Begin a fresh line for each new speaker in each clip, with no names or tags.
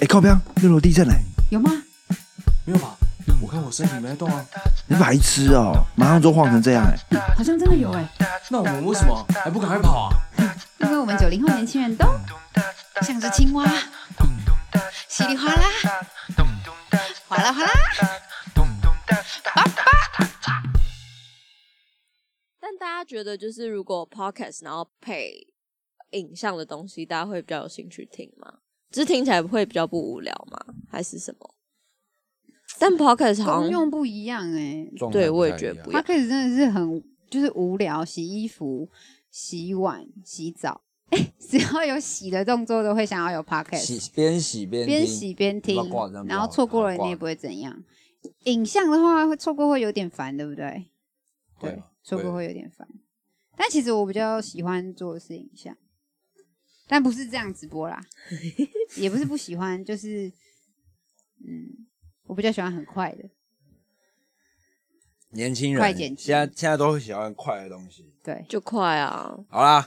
哎，靠边，六楼地震嘞、
有吗？
没有吧？我看我身体没在动啊。
你白痴哦、马上就晃成这样哎、
好像真的有哎、
那我们为什么还不赶快跑啊？
因为我们九零后年轻人都像只青蛙，稀里哗啦，哗啦哗啦。
但大家觉得，就是如果 podcast 然后配影像的东西，大家会比较有兴趣听吗？只是听起来会比较不无聊吗？还是什么？但 podcast 好
功
像
用不一样哎、
状态
对
不
我也
太
觉
一
得
样
不一
他
样。
开始真的是很就是无聊，洗衣服、洗碗、洗澡，哎、 只要有洗的动作都会想要有 podcast，
洗边洗边
边
听
洗边听
八卦这样，比较
然
好
后错过了你也不会怎样。影像的话会错过会有点烦，对不对？对
对啊，
错过
会
会有点烦。但其实我比较喜欢做的是影像，但不是这样直 播啦，也不是不喜欢，就是嗯，我比较喜欢很快的，
年轻人
快剪辑
现在现在都会喜欢快的东西。
对，
就快啊！
好啦，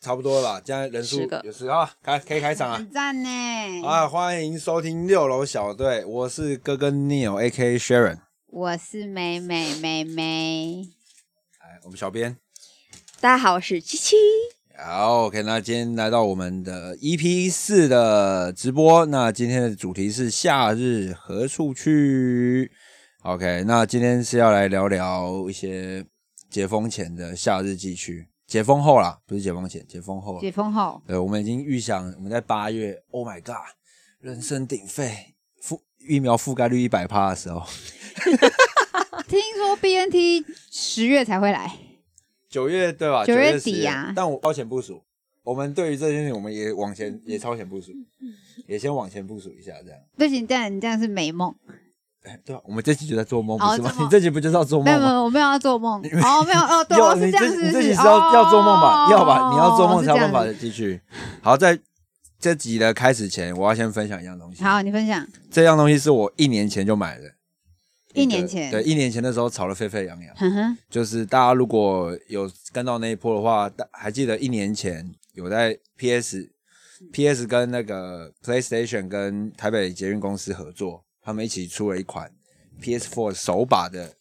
差不多了吧？现在人数
十个
有十啊，开可以开场啊
很！赞呢。
啊，欢迎收听六楼小队，我是哥哥 Neil A K Sharon，
我是美美美美，
哎，我们小编。
大家好，我是七七。
好，OK，那今天来到我们的 EP 四的直播，那今天的主题是夏日何处去？OK，那今天是要来聊聊一些解封前的夏日寄区，解封后啦，不是解封前，解封后啦。
解封后
对，我们已经预想我们在八月，Oh my God，人声鼎沸，覆疫苗覆盖率一百趴的时候，
听说 BNT 十月才会来，
九月对吧？
九月
10
底啊
但我超前部署，我们对于这件事情，我们也往
嗯
前也超前部署，也先往前部署一下，这样。
不行，这样你这样是美梦。
哎对啊，我们这期就在做梦，不
哦
是吗
做？梦
你这期不就是要做
没有
梦
没
吗？
有，我没有要做梦。哦， 没有哦，对，
要
哦是
你
这样
这
子，
你
是
这
不
期
是
是要要做梦吧？
哦
要吧？你要做梦
是
才有
这样
办法
子
继续。好，在这集的开始前，我要先分享一样东西。
好，你分享
这样东西是我一年前就买的，
一年前
对，一年前的时候炒得沸沸扬扬。
哼哼，
就是大家如果有跟到那一波的话，大还记得一年前有在 PS、PS 跟那个 PlayStation 跟台北捷运公司合作，他们一起出了一款 PS4 手把的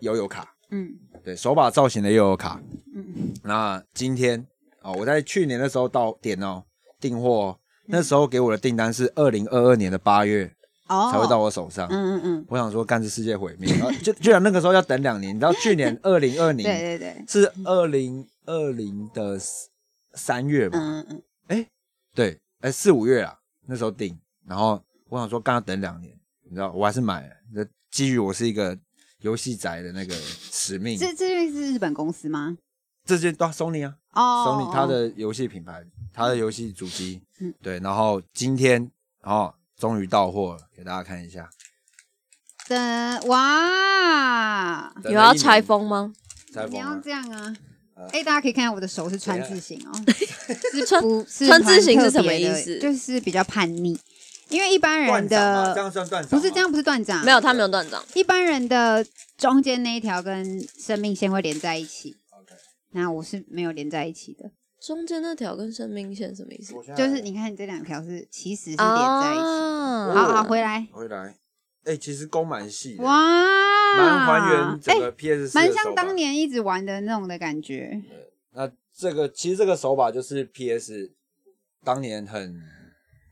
悠悠卡，
嗯
对手把造型的悠悠卡。
嗯，
那今天啊、哦我在去年的时候到点哦订货哦，那时候给我的订单是二零二二年的八月
哦，
才会到，我手上。
嗯嗯嗯，
我想说，干这世界毁灭，然后就居然那个时候要等两年。你知道去 年二零二零
对对对，
是二零二零的三月吧？
嗯嗯嗯，
对，哎，四五月啊，那时候订。然后我想说，刚刚等两年，你知道，我还是买了。那基于我是一个游戏宅的那个使命，
这这边是日本公司吗？
这件都 Sony 啊
哦
，Sony
哦
它的游戏品牌，它的游戏主机
嗯，
对。然后今天哦，终于到货了，给大家看一下。
的哇，
等
有
了一
要
年
拆？封吗？
拆
啊你
封
要
啊！
这样啊
呃。啊
哎、大家可以看看我的手是川字形 哦，是
川
不是
川字形
蛮
是什
特
么
别的
意思
就是比较叛逆，因为一般人
断掌吗这
的
样算断掌
不
吗
是这样，不是断掌，
没有，他没有断掌。
一般人的中间那一条跟生命线会连在一起。
OK
那我是没有连在一起的，
中间那条跟生命线什么意思？
我现在
就是你看这两条是其实是连在一起。
啊
好好回来，
回来，哎，其实勾蛮细的。
哇，
蛮还原整
哎，
个 PS 四、
蛮像当。年一直玩的那种的感觉。
那这个其实这个手把就是 PS 当年很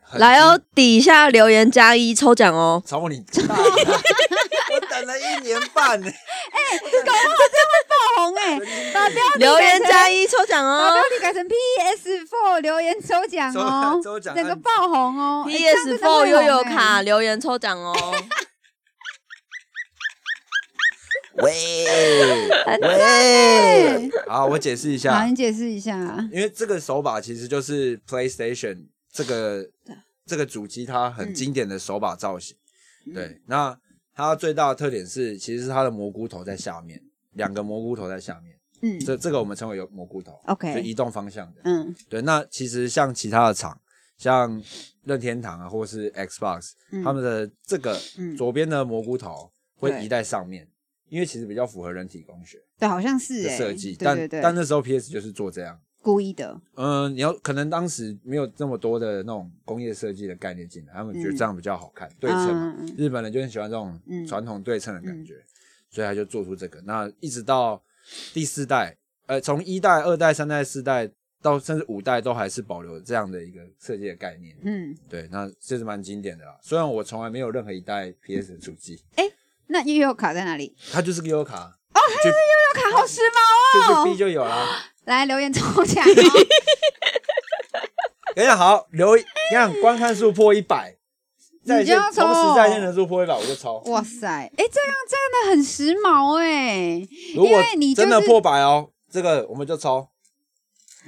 很
来哦，，底下留言加一抽奖哦。
嘲讽你大爷我等了一年半呢，
爆红哎，把标题
留言
改成
加一抽奖
把
哦
标题改成 PS Four 留言抽奖哦
抽，抽奖
整个爆红哦哎这样
！PS
真的会
Four
红
悠悠
哎
卡留言抽奖哦，
喂
哎
喂，好，我解释一
好，
下
你，解释一下啊。
因为这个手把其实就是 PlayStation 这个这个主机它
嗯
很经典的手把造型。对，那它最大的特点是，其实是它的蘑菇头在下面，两个蘑菇头在下面。
嗯
这这个我们称为有蘑菇头
OK
就移动方向的。
嗯
对，那其实像其他的厂，像任天堂啊，或是 Xbox，、
嗯，
他们的这个
嗯
左边的蘑菇头会
对
移在上面，因为其实比较符合人体工学
对好像是
的
哎
设
对
计。
对
但
对，
但那时候 PS 就是做这样，
故意的，
嗯，你要可能当时没有这么多的那种工业设计的概念进来，他们觉得
嗯
这样比较好看，对称嘛。
嗯嗯
日本人就很喜欢这种
嗯
传统对称的感觉，所以他就做出这个。那一直到第四代，呃，从一代、二代、三代、四代到甚至五代，都还是保留这样的一个设计的概念。
嗯，
对，那这是蛮经典的啦。虽然我从来没有任何一代 PS 的主机，
那悠悠卡在哪里？
它就是个 U 卡，
悠哦悠卡好时髦
就
哦
是 B 就有啊啦。
来留言抽奖哦，
等一下，好，留一，你看观看数破一百，在
就
线
要抽
同时在线人数破一百，我就抽。
哇塞，哎，这样真的很时髦哎，
如果
因为你就
真的
是
破百哦，这个我们就抽。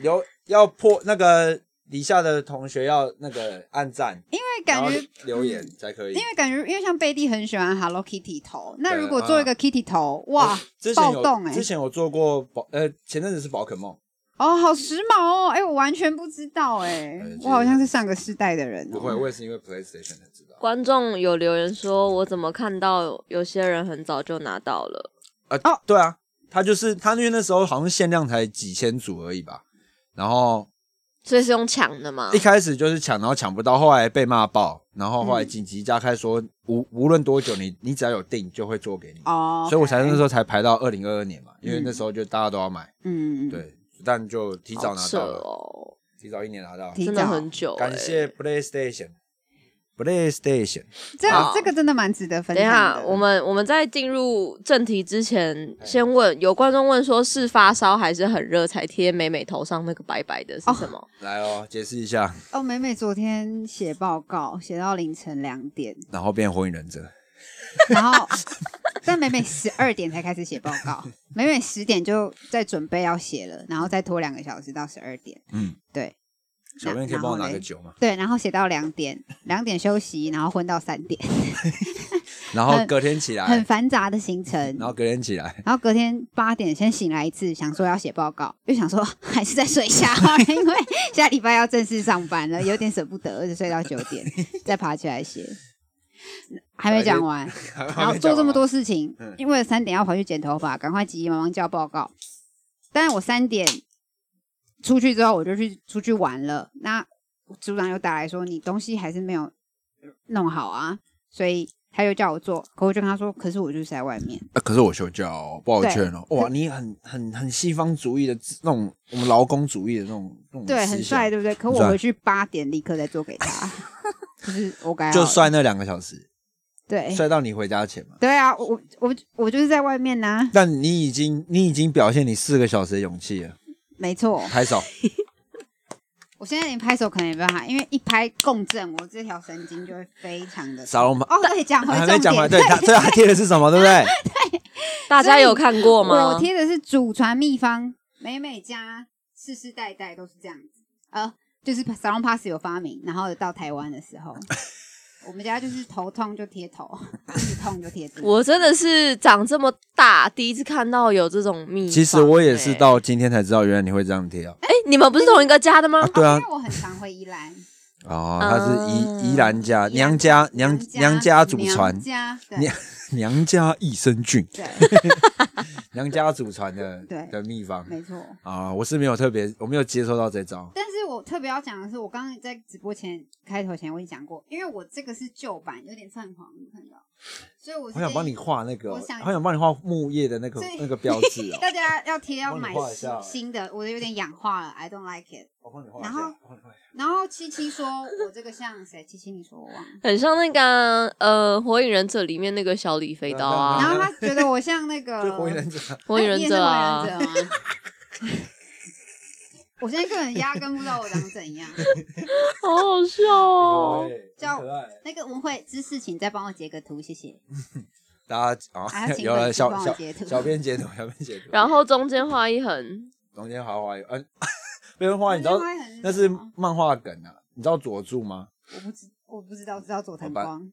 有要破那个底下的同学要那个按赞，
因为感觉
然后留言才可以。
因为感觉，因为像贝蒂很喜欢 Hello Kitty 头，那
对啊哦
如果做一个 Kitty 头，哇，
之前
暴
有、
动哎、
之前有做过宝，呃，前阵子是宝可梦，
哦，好时髦哦，哎、我完全不知道哎、
呃
我好像是上个世代的人、哦，
不会，我也是因为 PlayStation 才知道。
观众有留言说，我怎么看到有些人很早就拿到了？
啊、
哦
对啊，他就是他因为那时候好像限量才几千组而已吧，然后
所以是用抢的
哦
吗
一？开始就是抢，然后抢不到，后来被骂爆，然后后来
嗯
紧急加开说、无无论多久你你只要有订就会做给你，
哦，
所以我才那时
候，
候才排到二零二二年嘛，因为
嗯
那时候就大家都要买，
嗯，，
对，但就提早拿
好扯
到了，
哦，
提早一年拿到，
提欸
真的很久、欸。
感谢 PlayStation。PlayStation，
这样
啊
好
这个真的蛮值得分
等一
享的。
下，我们我们在进入正题之前，
哎
先问有观众问说，是发烧还是很热才贴美美头上那个白白的是什么？
来哦，解释一下，
哦，美美昨天写报告写到凌晨两点，
然后变火影忍者，
然 后但美美十二点才开始写报告，美美十点就在准备要写了，然后再拖两个小时到十二点，
嗯，
对。
小编可以
然
帮我
然
拿
后
个
嘞
酒吗？
对，然后写到两点，两点休息，然后混到三点，
然后
很
隔天起来，
很繁杂的行程。
然后隔天起来，
然后隔天八点先醒来一次，想说要写报告，又想说 还是再睡一下，因 为下礼拜要正式上班了，有点舍不得，而且睡到九点，再爬起来写，还没讲完。 然后做这么多事情
嗯，
因为三点要跑去剪头发，赶快急急忙忙交报告。但是我三点出去之后，我就去出去玩了。那组长又打来说，你东西还是没有弄好啊，所以他又叫我做，可我就跟他说，可是我就是在外面。
啊，可是我休假哦，抱
对
歉哦，哇，你很很很西方主义的那种，我们劳工主义的那种那种
对，
思
很
想
帅，，对不对？可
很
我
帅
回去八点立刻再做给他， 就是我该
就帅那两个小时，
对
帅到你回家前嘛。
对啊，我我我我就是在外面啊呐、
但你已经你已经表现你四个小时的勇气了，
没错。
拍手，
我现在连拍手可能也没办法，因为一拍共振，我这条神经就会非常的
少了我们
哦，对，讲回
还
重
没
点，
讲完，对 他对他贴的是什 么，对不对？
大家有看过吗？
我贴的是祖传秘方，美美家世世代代都是这样子。呃，就是 Salon Pass 有发明，然后到台湾的时候，我们家就是头痛就贴头，肚子痛就贴肚子。哦
我真的是长这么大第一次看到有这种秘方欸、
其实我也是到今天才知道，原来你会这样贴哦。
哎、你们不是同一个家的吗
啊？，对啊
因，为我很常回宜兰，
哦，他是宜
嗯
宜兰家
宜兰
啊娘家娘娘家祖传
娘家对
娘娘家益生菌，
对，
娘家祖传的
对
的秘方
没错。
啊，我是没有特别，我没有接收到这招。
但是我特别要讲的是，我刚刚在直播前开头前我已经讲过，因为我这个是旧版，有点泛黄，你看到，所以我是
好想帮你画那个哦，
我想
好想帮你画木叶的那个
所以
那个标志
。
哦
大家要贴要买
帮你画一下
新的，我有点氧化了，I don't like it。
我帮你画一
然后
下，我帮你画一下
然后七七说我这个像谁？七七你说我忘了。
很像那个啊呃《火影忍者》里面那个小李飞刀
对
然
啊
啊，
后他觉得我像那 个
就是火影忍者，啊
《火影忍者》啊
哎你，也是火影忍者吗？ 我现在根本压根不知道我长怎样。
好好笑哦。
对
叫
哎很可爱
那个文慧知识，请再帮我截个图，谢谢。
大家哦
还要，请
有了
粉丝
小
帮我
小
截图
小编截图， 小编截图，
然后中间画一横，
中间好画一， 嗯，被人画，你知道那是漫画梗啊，你知道佐助吗？
哦 我不知我不知道，知道佐藤
好吧
光。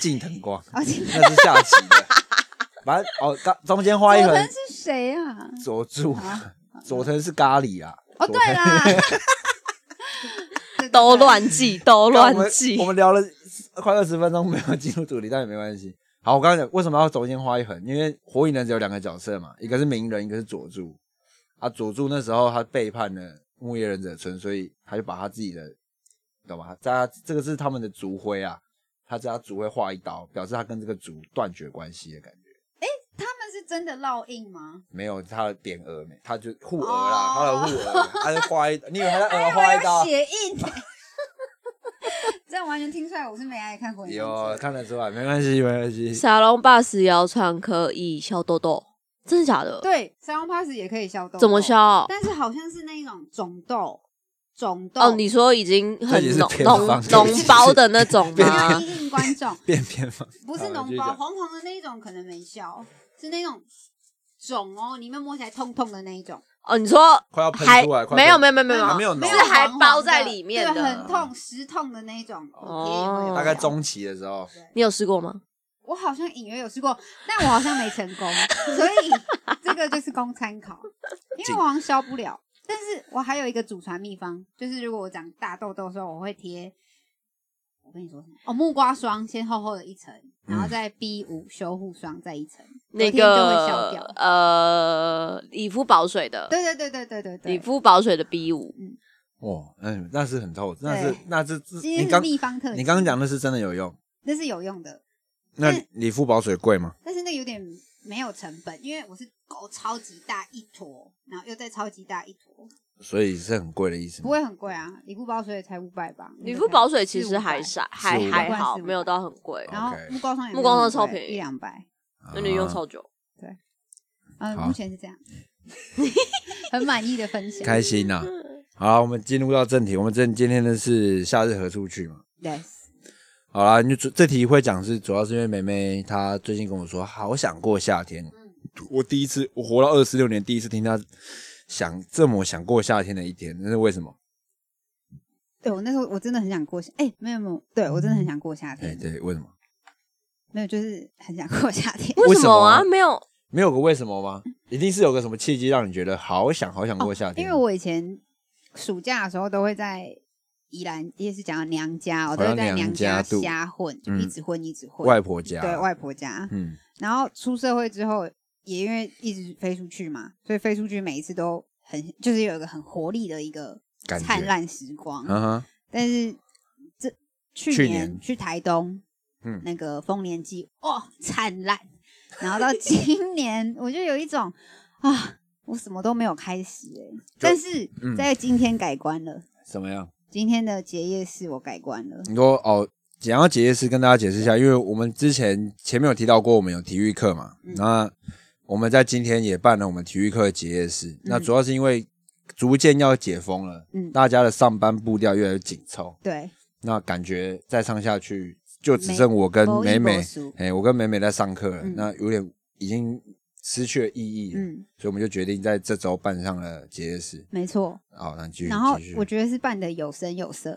近藤光，
而且
那是下棋的，反正哦，刚中间画一
佐
横
藤是谁啊？
佐助，
啊
佐藤是咖喱啊。
哦，
佐
对
藤
啦， 对
都。乱记，都
干
乱记
我们。我。们聊了快二十分钟，没有进入主题，但也没关系。好，我刚刚讲为什么要中间画一横，因为火影忍者有两个角色嘛，一个是鸣人，一个是佐助。啊，佐助那时候他背叛了木叶忍者村，所以他就把他自己的，懂吗？在他这个是他们的族徽啊，他在他族徽画一刀，表示他跟这个族断绝关系的感觉。
他们是真的烙印吗？
没有他的匾额没，他就护额啦，他的护
哦
额，他就画 一，你以为他在额画一
哎
刀？
血印、这样完全听出来我是没爱看过。
啊
有看得出来，没关系，没关系。
沙龙 bus 腰穿可以消痘痘，真的假的？，
对，三龙 pass 也可以消痘，
怎么？消？
但是好像是那一种肿痘，肿痘
哦，你说已经
这
很
也是
脓
偏
脓
方
脓包的那种
不要
吗？
吸引观 众，
变偏方
不是
好继
脓
续
包，
讲
红红的那一种可能没消，是那种肿哦，你们摸起来痛痛的那一种，
哦，你说
快要喷
还
出来，快
没有
喷
没有没有没
还
有
没有脓
是还包在里面
的，
的，
对，很。痛，实痛的那一种，
哦
大概中期的时候，
你有试过吗？
我好像隐约有试过，但我好像没成功，所以这个就是供参考，因为我好像消不了。但是我还有一个祖传秘方，就是如果我长大痘痘的时候，我会贴，我跟你说什么？哦，木瓜霜先厚厚的一层，然后再 B 五修护霜再一层，
嗯那
隔天就会消
个
掉。
呃，理肤保水的，
对对对对对对对，
理肤保水的 B 五，
哦，嗯，那是很透，那是
对
那是是
今
你
天是
刚
秘方特辑，
你刚刚讲的是真的有用。
那是有用的，
那
但
理肤保水贵吗？
但是那有点没有成本，因为我是狗超级大一坨，然后又再超级大一坨，
所以是很贵的意思
不
吗？
会很贵啊，理肤保水才五百吧？
理肤保水其
四
实
五
还
百
是还
四五百
还
四五
好，
百啊
没有到很贵，
然后
OK
木瓜霜也没有
木瓜霜
很
超
贵
便宜
一两百，
那你
啊
用超久。
嗯，
好
目前是这样， 很满意的分享。
开心呐、
嗯
好，我们进入到正题。我们正今天的是夏日何处去嘛？
Yes，
好啦，你就主这题会讲是主要是因为梅梅她最近跟我说，好想过夏天。
嗯
我第一次，我活到二十六年，第一次听她想这么想过夏天的一天，那是为什么？
对我那时候我真的很想过夏，哎、没有没有，对我真的很想过夏
哎、
天，
对，为什么？
没有就是很想过夏天。
为
什
什么
啊？
啊
没有，
没有个为什么吗？一定是有个什么契机让你觉得好想好想过夏天。
嗯哦因为我以前暑假的时候都会在宜兰，也是讲娘家，我都
好
会
像
在娘
娘家度
瞎混，就
嗯
一直混一直混，
外婆家，
对外婆家。
嗯，
然后出社会之后，也因为一直飞出去嘛，所以飞出去每一次都很就是有一个很活力的一个
感觉
灿烂时光。
嗯哼，
但是这去
去
年
年
去台东，
嗯
那个丰年祭哦灿烂，然后到今年我就有一种啊，我什么都没有开始哎、但是
嗯
在今天改观了，
怎么样？
今天的结业式我改观了，
你说哦，讲到结业式，跟大家解释一
嗯
下，因为我们之前前面有提到过，我们有体育课嘛，
嗯
那我们在今天也办了我们体育课的结业式。那主要是因为逐渐要解封了，
嗯
大家的上班步调越来越紧凑，
对，
那感觉再上下去就只剩我跟
没
美
没意
美
思，
哎、我跟美美在上课了，
嗯
那有点已经失去了意义了，
嗯，
所以我们就决定在这周办上了结业式。
没错。
好，那你继续。
然后
嗯继续
我觉得是办的有声有色，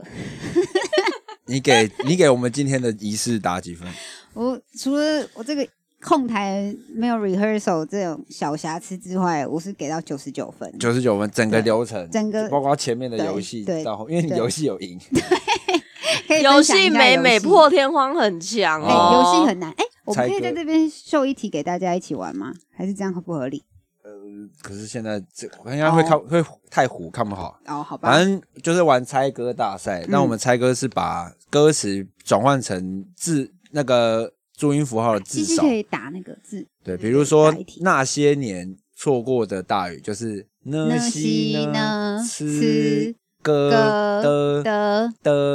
你给你给我们今天的仪式打几分？
我除了我这个控台没有 rehearsal 这种小瑕疵之外，我是给到九十九分，
九十九分，整个
对
流程，
整个
包括前面的
对
游戏
对
到后，因为你
对
游戏有赢，
可以
游
分享一
戏
下
美
游
美
戏
破天荒很强
哎、游
哦，
戏很难。哎、我们可以
猜歌
在这边秀一题给大家一起玩吗？还是这样合不合理？
可是现在这应该会看、会太糊看不好。
哦，好嗯吧
反，正就是玩猜歌大赛，那我们猜歌是把歌词转换成字那个注音符号的
西
字
西
首
可，以打那个字，
对，比如说
打一题
那些年错过的大雨，就是那
西呢
吃
吃
歌
歌
的
的，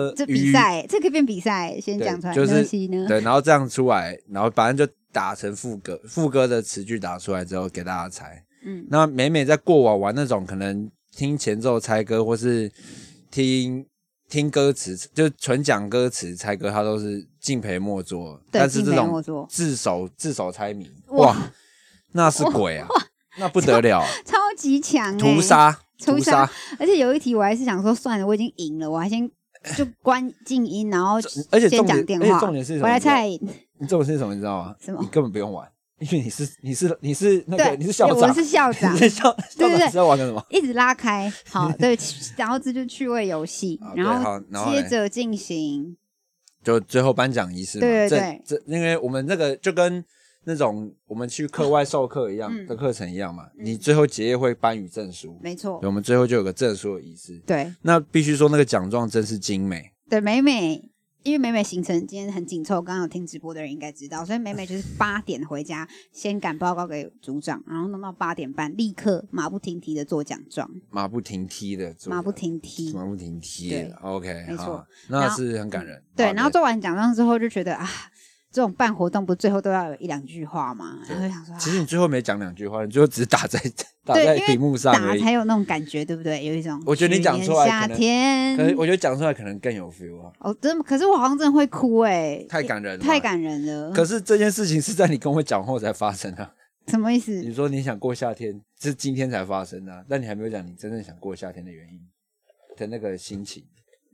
的
这比
鱼
赛，这可以变比赛，先
对
讲出来。
就是
那西 呢？
对，然后这样出来，然后反正就打成副歌，副歌的词句打出来之后给大家猜。
嗯，
那每每在过往玩那种可能听前奏猜歌，或是听听歌词，就纯讲歌词猜歌，它都是敬陪莫做。
对
但是这
敬陪莫
种
做
自首自首猜谜，
哇
哇，那是鬼啊，那不得 了啊，
超级强、欸，
屠！杀
屠
屠
杀
杀，
而且有一题我还是想说，算了，我已经赢了，我还先就关静音，然后
而且
先
重点
讲电
而且
话。
重点是什么
我来
你知道
猜，
你这种是什么？你知道吗？
什么
你根本不用玩，因为你是你是你是那个
对，
你是校
我
长
是。校长
你，是校校
对对
长
对
知道玩的什么？
一直拉开，好， 对，然后这就是趣味游戏
啊，对
然
好
后
然后嘞
接着进行，
就最后颁奖仪式嘛。
对对对
这这，因为我们这个就跟那种我们去课外授课一样、
嗯
的课程一样嘛，
嗯
你最后结业会颁予证书，
没错
对，我们最后就有个证书的仪式。
对
那必须说那个奖状真是精美，
对，美美。因为美美行程今天很紧凑，刚刚有听直播的人应该知道，所以美美就是八点回家，先赶报告给组长，然后弄到八点半，立刻马不停蹄的做奖状，
马不停蹄的做的，
马不停蹄。
马不停蹄
对
的。OK，
没错
好，
然
那
后嗯
是很感人。
对，
好
然后做完奖状之后就觉得啊，这种办活动不最后都要有一两句话嘛，然后就想说、啊
其实你最后没讲两句话，你最后只是打在打
对
在
因为
屏幕上
打
而已。
才有那种感觉，对不对？有一种
啊我觉得你讲出
去
来可
年夏
能
天，
可是我觉得讲出来可能更有 feel 啊，
哦，真的，可是我好像真的会哭哎、
太感人了，
太。感人了。
可是这件事情是在你跟我讲后才发生的、啊。
什么意思？
你说你想过夏天，是今天才发生的、啊，但你还没有讲你真正想过夏天的原因的那个心情。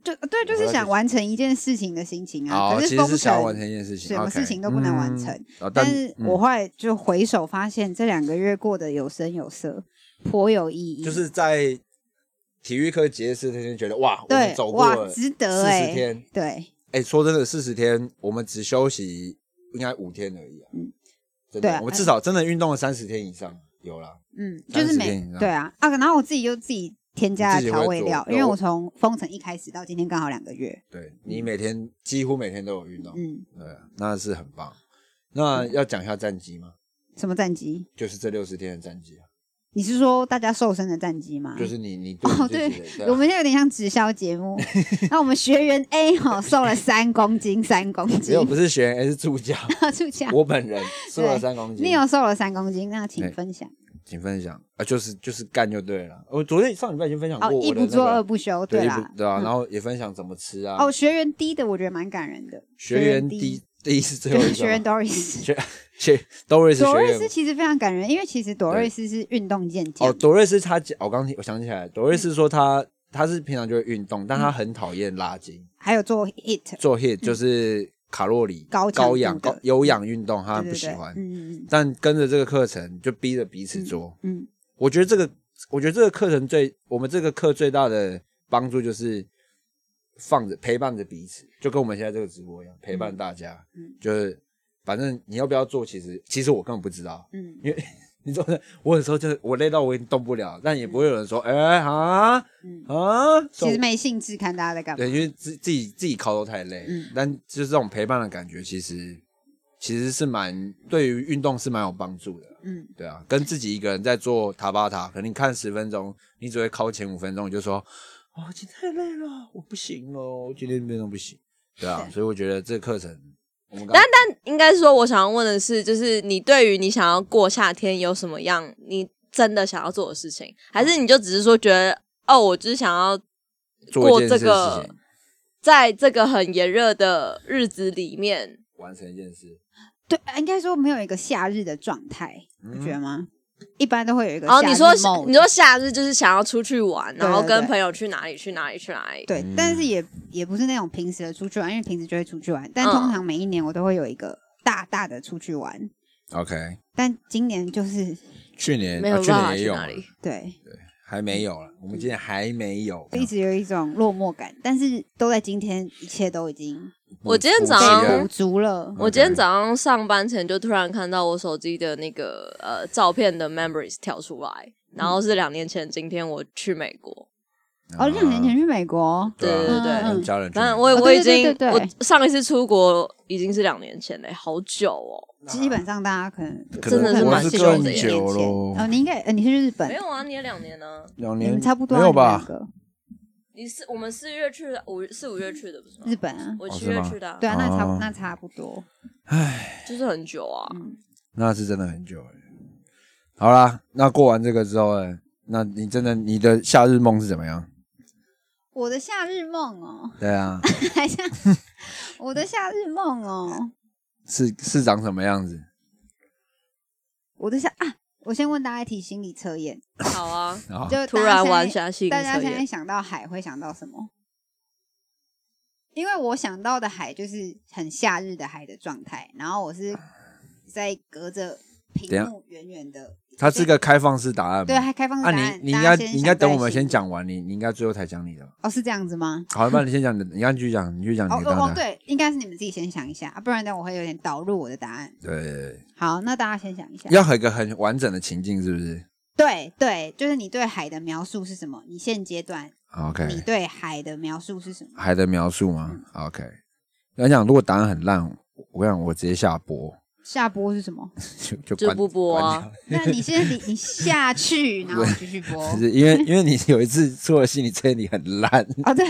就对，就
我
是
要
想
去
完成一件事情的心情啊。
好，
可
其
是封
实
不
是想要完
成
成一件事情，
什么
OK，
事情都不能完成
嗯哦
但是我
嗯
后来就回首发现，这两个月过得有声有色，颇有意义。
就是在体育课结识，他就觉得哇，我
对
们走过
哇，
了
值得
40
哎、
天
对，
哎、说真的，四十天我们只休息应该五天而已啊。
嗯
真
对
的，
啊
我们至少真的运动了三十天以上，有啦。
嗯，就是
30
每
天以上
对啊啊，然后我自己就自己添加
你自己
调
会
味
做
料，
对
因为
我
我从封城一开始到今天刚好两个月，
对你每天几乎每天都有运动，
嗯，
对，啊那是很棒。那要讲一下战绩吗？
什么战绩？
就是这六十天的战绩啊，
你是说大家瘦身的战绩吗？
就是你你对
哦，
你
对
自己的，，
我
对啊
们现在有点像直销节 目。那我们学员 A 哈、瘦了三公斤，三公
没
斤
有，不是学员，哎而是助教，
就这样。
我本人瘦了三公斤。
啊你有瘦了三公斤，那请
对
分享
请分享啊，就是就是干就对了。我昨天上礼拜已经分享过
哦，
我的
一
那个，
不做二不休，
对一
啦
不，对啊，
嗯
然后也分享怎么吃啊。
哦，学员 D 的我觉得蛮感人的，
学员第第一是最后一
对
个
学员
嘛
Doris，
学学都瑞是
朵
学
瑞斯
员
其实非常感人，因为其实朵瑞斯是运动健将
哦，，朵瑞斯他讲，我刚听我想起来，朵瑞斯说他他是平常就会运动，但
嗯
他很讨厌拉筋，
还有做 IT，
做 hit 就是卡路里
嗯高强
高氧
度的嗯
高有氧运动，他
对对
不喜
对
欢。
嗯嗯
但跟着这个课程就逼着彼此做，
嗯，
我觉得这个我觉得这个课程最我们这个课最大的帮助就是放着陪伴着彼此，就跟我们现在这个直播一样，陪伴大家，
嗯
就是反正你要不要做，其实其实我根本不知道，
嗯嗯
因为你知道，我有时候就是我累到我已经动不了，但也不会有人说，哎、啊
嗯，
啊，
其实
所以
没兴致看大家在干嘛
对，，因为自自己自己靠都太累，
嗯
但就是这种陪伴的感觉，其实其实是蛮对于运动是蛮有帮助的，
嗯，
对啊，跟自己一个人在做塔巴塔，可能你看十分钟，你只会靠前五分钟，你就说啊、今天太累了，我不行了，今天运动不行，对啊，所以我觉得这个课程。我们刚
但但应该说，我想要问的是，就是你对于你想要过夏天有什么样你真的想要做的事情，还是你就只是说觉得哦，我就是想要
做
过
一件
这
事
个
情，
在这个很炎热的日子里面，
完成一件事，
对，应该说没有一个夏日的状态，
嗯
你觉得吗？一般都会有一个
然后
夏日
哦你说
mode
你说夏日就是想要出去玩，
对
然后跟
对
朋友去哪里去哪里去哪里，
对
嗯，
但是也也不是那种平时的出去玩，因为平时就会出去玩，但
嗯
通常每一年我都会有一个大大的出去玩，
OK，
但今年就是
去年
没有
啊、
办
去
法
年也
去
有
哪
嘛
里。
对，
还没有了，我们今天还没有。
嗯
就一直有一种落寞感，但是都在今天，一切都已经
我今天早上
被
上
补足
啊
了。
嗯
我今天早上上班前就突然看到我手机的那个呃照片的 memories 跳出来，然
嗯
后是两年前今天我去美国，
哦，两年前去美国，
对啊
对对对
嗯跟家人去
当
美
然
国
我也
哦
我已
对
经
对对对
我上一次出国已经是两年前嘞，好久哦。
基本上大家可能
可
真的
能
是
我
蛮
是
久的
更
耶
久喽，
哦，你应该呃你是去日本
没，有啊，你也两年呢、
两
你们
年
差不多啊
没有
你们
吧
两？个
你四我们四月去的，五四五月去的不是吗？
日本啊，
我
哦
七
是
月
吗
去的、啊，
对啊，那差不
哦
那差不多，
就是很久啊。
嗯，
那是真的很久了。好啦，那过完这个之后，哎，那你真的你的夏日梦是怎么样？
我的夏日梦哦，
对啊，
还像我的夏日梦哦，
是是长什么样子？
我的夏啊，我先问大家一题心理测验，
好啊，
啊，
就
突
大家
然
现
玩
在
下心理
大家
测
现在
验
想到海会想到什么？因为我想到的海就是很夏日的海的状态，然后我是在隔着屏幕圆圆的，
它是个开放式答案嘛。
对，还开放式
那
答
你
案。
你应
大家
该
先
你应该
想
等
对
我们
性
先讲完，你你应该最后才讲你的吧。
哦，是这样子吗？
好，那你先讲你的，你要继续讲，你继续讲
哦
啊你的答
哦
案。
对，应该是你们自己先想一下，啊不然呢我会有点导入我的答案。
对，
好，那大家先想一下。
要有一个很完整的情境，是不是
对对，就是你对海的描述是什么？你现阶段你
啊？OK，
对海的描述是什么？
海的描述吗？OK，我讲如果答案很烂，我我想我直接下播，
下播是什 么？
就就
就
关
不播啊
关掉
那你现在你你下去，然后继续播。
就是因为因 为你有一次做的心理测验你很烂，
哦，对，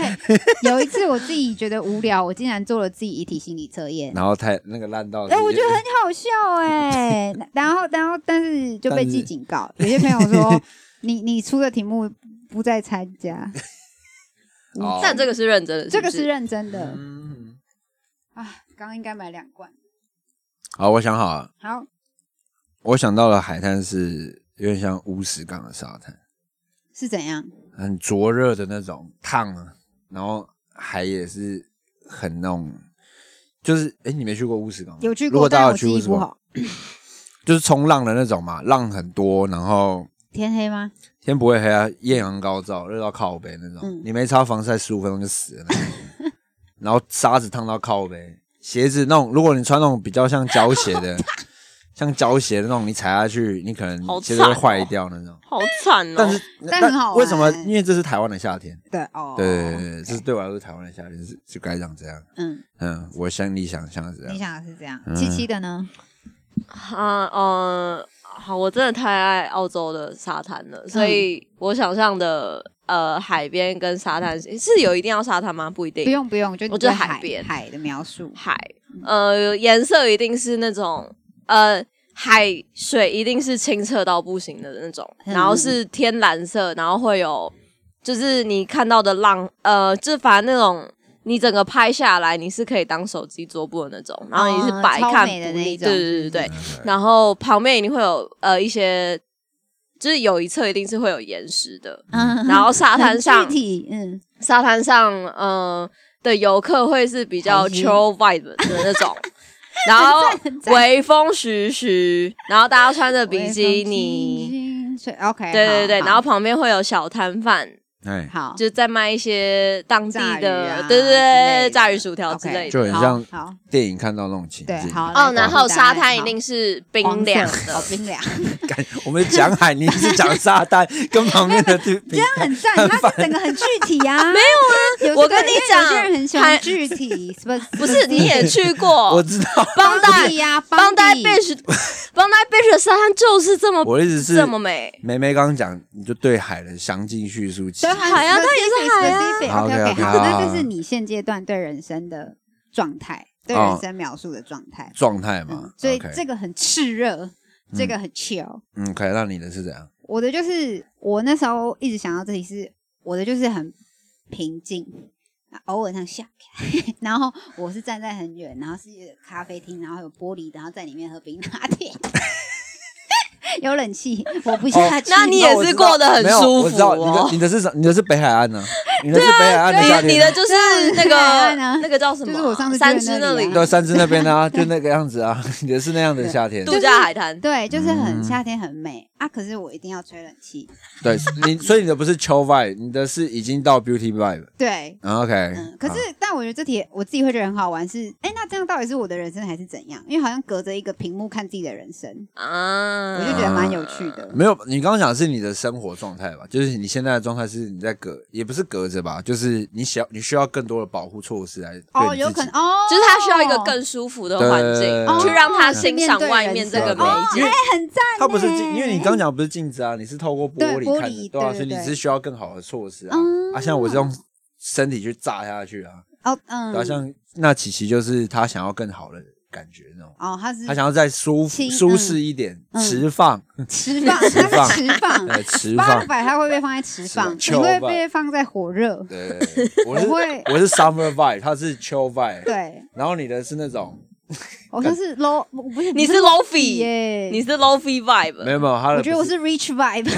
有一次我自己觉得无聊，我竟然做了自己遗体心理测验，
然后太那个烂到，
哎、我觉得很好笑 哎、然后，然后，但是就被
但是
记警告。有些朋友说， 你你出的题目不再参加，
哦
但这个是认真的，
这个
不
是认真的
嗯
啊。刚刚应该买两罐。
好，我想好了，
好，
我想到了海滩是有点像乌石港的沙滩，
是怎样？
很灼热的那种烫啊，然后海也是很那种，就是哎、诶你没去过乌石港吗？
有去
如
过，
果大
但
家
我
有去
记
乌
忆
石
不
港，
好。
就是冲浪的那种嘛，浪很多，然后
天黑吗？
天不会黑啊，艳阳高照，热到靠背那种，
嗯
你没擦防晒十五分钟就死了那种， 然后沙子烫到靠背，鞋子那种，如果你穿那种比较像胶鞋 的，像胶鞋的那种，你踩下去，你可
好
能鞋子会
惨哦
坏掉那种。
好惨哦。
但是，
但很好玩
为什么？因为这是台湾的夏天，
对哦，
对对对对，这是对我来说台湾的夏天是就该长这样。
嗯，
嗯，我想你想象是这
你
样。
想的是这样。
嗯
七七的呢？
啊，嗯，好，我真的太爱澳洲的沙滩了，
嗯
所以我想象的呃海边跟沙滩是是有一定要沙滩吗？不一定，
不用不用，就你
我觉得
对
海
海
边
海的描述。
海，呃，颜色一定是那种呃海水一定是清澈到不行的那种，
嗯
然后是天蓝色，然后会有就是你看到的浪，呃，就反正那种。你整个拍下来，你是可以当手机桌布的那种，然后你是
哦
百
超
看
美的
不
那
腻，
一种嗯
对对对对，
对
然后旁边一定会有呃一些，就是有一侧一定是会有岩石的，
嗯，
然后沙滩
很
上
具体，嗯，
沙滩上呃的游客会是比较
海星
chill vibe 的那 种，然后微风徐徐，然后大家穿着比基尼，
尼，所以 OK，
对对对，
好
然后旁边会有小摊贩，
哎，
好，
就在卖一些当地
炸鱼
的，
啊
对
之类
对对，
的
炸鱼薯条之
OK
类的。
就很像
好好
电影看到那种情
对
景。
好
哦，
来
然
公布
后
答
沙
案
滩一
好
定是
黄
冰凉
色
的
哦，，冰 凉，
干我们讲海，你是讲沙滩，跟旁边的 地平
很赞，它是整个很具体 啊，没有啊
我跟你讲
有些人很喜欢
还
具体，是不是？
不是你也去
我
过
知道，
邦代
底呀，
邦代
底
贝 什，邦代贝什沙滩就是这么
我的意思是
这么美，
梅梅刚刚讲，你就对海的详尽叙述起
对，。
海啊它也是
也
海
OK
啊
OK，
好，OK，OK，
好，那
好
这是你现阶段对人生的状态，对
哦
人生描述的状态。
状态嘛
嗯，，所以
OK
这个很炽热，这个很 chill。
嗯，可以让你的是怎样？
我的就是我那时候一直想到这里是我的就是很平静，啊偶尔像下， 然后我是站在很远，然后是咖啡厅，然后有玻璃，然后在里面喝冰拿铁， 有冷气，我不下去。
那你也是过得很
没有，
舒
我知
啊
服
道你的
哦。
你的是什？你的是北海 岸呢？你的是北海岸的夏
你你
天
的
啊。
就是那
对啊
个那个叫什么啊？
就是我上次去的
三只
那里啊
里
对，三芝那边啊， 就那个样子啊，你的是那样的夏天。
度假海滩，
对，就是
嗯
很夏天很美、啊，可是我一定要吹冷气。
对，你所以你的不是秋 vibe，你的是已经到 beauty vibe。
对，
嗯 OK，
嗯，可
好
是但我觉得这题我自己会觉得很好玩是，哎，那这样到底是我的人生还是怎样？因为好像隔着一个屏幕看自己的人生，
啊，
我就觉得蛮有趣的。
没有，你刚刚讲的是你的生活状态吧？就是你现在的状态是你在隔，也不是隔着吧，就是你想你需要更多的保护措施来对你
哦，
自己
有可能哦，
就是他需要一个更舒服的环境
对，
去让他
哦
欣赏外面这个美
哦
景
哎。，很赞呢。
它不是镜，因为你刚讲不是镜子啊，你是透过玻
对
璃
玻璃
看的，对
对
啊，
对
所以你
对
是需要更好的措施啊
嗯。
啊，像我是用身体去炸下去啊，
哦，
对啊，
嗯，
像那琪琪就是她想要更好的感觉那种，
哦，他是
她想要再舒服
轻
舒适一点，
嗯
持放，
吃放，他是吃放。
对，持
八
放，
百它会被放在持放，
吃
你
放
会被放在火热。
对，对对我是
我会
我是 summer vibe，她是 chill vibe，
对，
然后你的是那种
我说是 low，我不是
你是
不
lofi
耶，
你是
没
lofi vibe，
有没有，她的
我觉得
不
我是 rich vibe，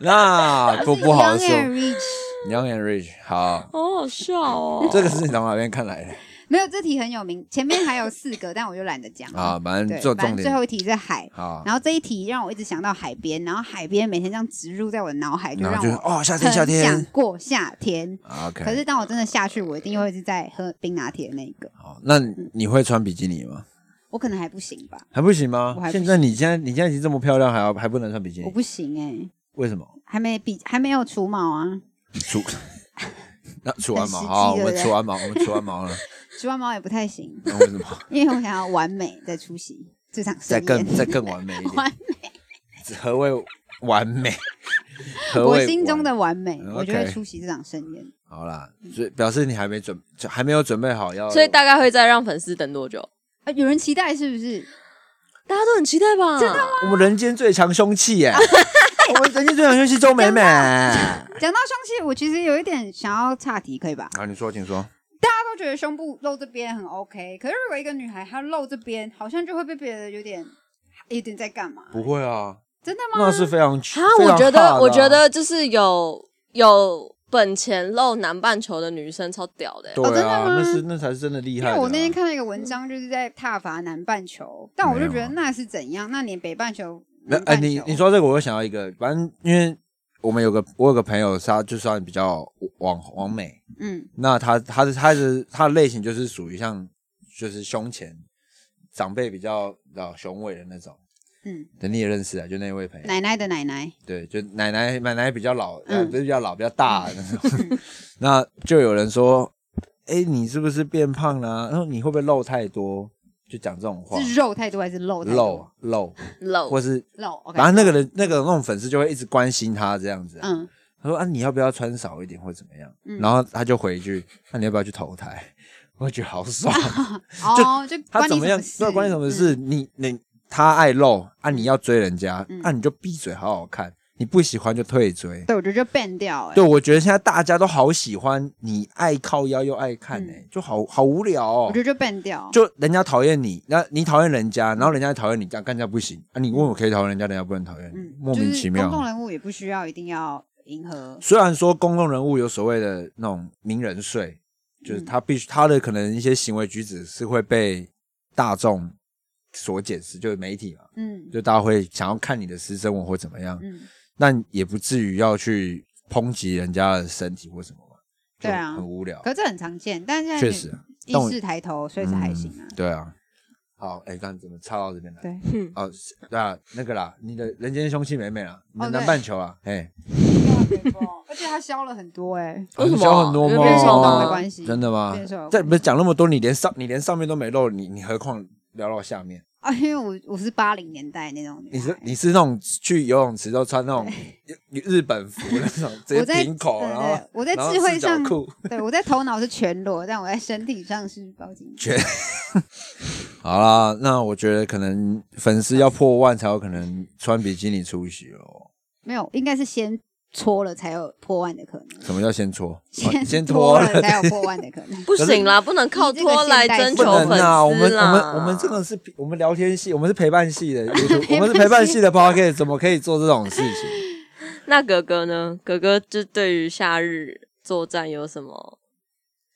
那 不不好说
young and rich。
，Young and Rich，好，
好好笑哦。
这个是你从哪边看来的？
没有这题很有名，前面还有四个，但我就懒得讲了
啊，反
对
正做
反正
重
最
点啊
后一题是海，
好，
然后这一题让我一直想到海边，然后海边每天这样植入在我的脑海，就
然
让
后就
我
哦，夏天夏
很想
天
过夏天。
，OK，
可是当我真的下去，我一定会是在喝冰拿铁的那一个，
好，那你会穿比基尼吗？
我可能还不行吧，
还不行吗
我还？不
现在你现在你现在已经这么漂亮，还要还不能穿比基
我
尼？
不行哎、
为什么？
还没比还没有除毛啊，
除那除完毛，
很实际
好，我
对
们
不对
除完毛，我们除完毛了，
除完毛也不太 行，
那为什么？
因为我想要完美再出席这场盛
再
宴，
更再更完美一点
完，
何谓完 美？何
我
谓
心中
完
的完美，
嗯
我就会
OK
出席这场盛宴。
好啦，所以表示你还没准，就还没有准备好要，
所以大概会再让粉丝等多久？
啊，有人期待是不是？
大家都很期待吧？真的吗？
我们人间最强凶器 耶，我们人间最强凶器周美美。啊，
讲到胸器，我其实有一点想要岔题，可以吧？
你说，请说。
大家都觉得胸部露这边很 OK，可是如果一个女孩她露这边，好像就会被别人有点有点在干嘛？
不会啊，
真的吗？
那是非常啊
我觉得，我觉得就是有有本钱露南半球的女生超屌的欸、
哦真
对
的
啊，
吗
那是那才是真的厉
因
害的啊。
为我那天看到一个文章，就是在挞伐南半球，但我就觉
没
得
有啊
那是怎样？那你北半球、
没
南
有，
半
哎，
球，
你你说这个，我又想到一个，反正因为我们有个我有个朋友，他就算比较往往美，
嗯，
那他他的他的他的类型就是属于像就是胸前长辈比较比较雄伟的那种，
嗯，
你也认识啊，就那位朋友，
奶奶的奶奶，
对，就奶奶奶奶比较老，呃，
嗯
不是比较老，比较大的那种， 那就有人说，哎，你是不是变胖啦、然后你会不会肉太多？就讲这种话，
是肉太多还是露太
肉
多？
肉，
露
或是
肉，OK，
然后那个人那个那种粉丝就会一直关心他这样子啊、
嗯，
他说啊，你要不要穿少一点或怎么样？
嗯
然后他就回一句，那、你要不要去投胎？ 我觉得好 爽，
哦，就
他
关
怎
你
么
什
样
么？事？
对，关你什么事？你你他爱露啊，你要追人家、
嗯
啊，你就闭嘴，好好看。你不喜欢就退追
嗯？。对，我觉得就 ban 掉、欸，
对，我觉得现在大家都好喜欢你爱靠腰又爱看哎、
嗯
就好好无聊哦
我。觉得就 ban 掉，
就人家讨厌你，那你讨厌人家，然后人家讨厌你，这样干这样不行啊！你问我可以讨厌人家，人家不能讨厌你，
嗯，
莫名其
就
妙。
是公众人物也不需要一定要迎合，
虽然说公众人物有所谓的那种名人税，
嗯
就是他必须他的可能一些行为举止是会被大众所检视，就是媒体嘛，
嗯
就大家会想要看你的私生活或怎么样，
嗯，
但也不至于要去抨击人家的身体或什么嘛。就
对啊
很无聊，
可是这很常见，但是现在
确实，
意
但我
识抬头，所以才还行啊
嗯。对啊。好，哎，刚怎么插到这边来？
对，
嗯
哦，是对啊，那个啦，你的人间凶器美美啦，你的
哦
南
对
半球啊，哎，
啊 而且它消了很多哎，
为什
啊
么
你小很多
因为
吗？
变
瘦
了
没关系
真的吗
变瘦有？关系
这不是讲那么多，你连上你连上面都没露，你你何况聊到下面？
啊，因为我我是八零年代那种女孩，
你是你是那种去游泳池都穿那种日日本服那种，直
我
接
在
平口，
对
然
对
后
我在
然后
智慧
四角
上，
裤。
对我在头脑是全裸，但我在身体上是包紧。
好啦，那我觉得可能粉丝要破万才有可能穿比基尼出席哦。
没有，应该是先搓了才有破万的可能，
什么叫先搓？哦
先
先脱
了 才有破万的可能。
不行啦，不能靠拖来征
不
求粉
能
丝
啊！
啦。
我们我们我们真的是我们聊天系，我们是陪伴系的 YouTube，我们是
陪
陪
伴
伴
系
系的 p o c a s t 怎么可以做这种事情？
那哥哥呢？哥哥就对于夏日作战有什么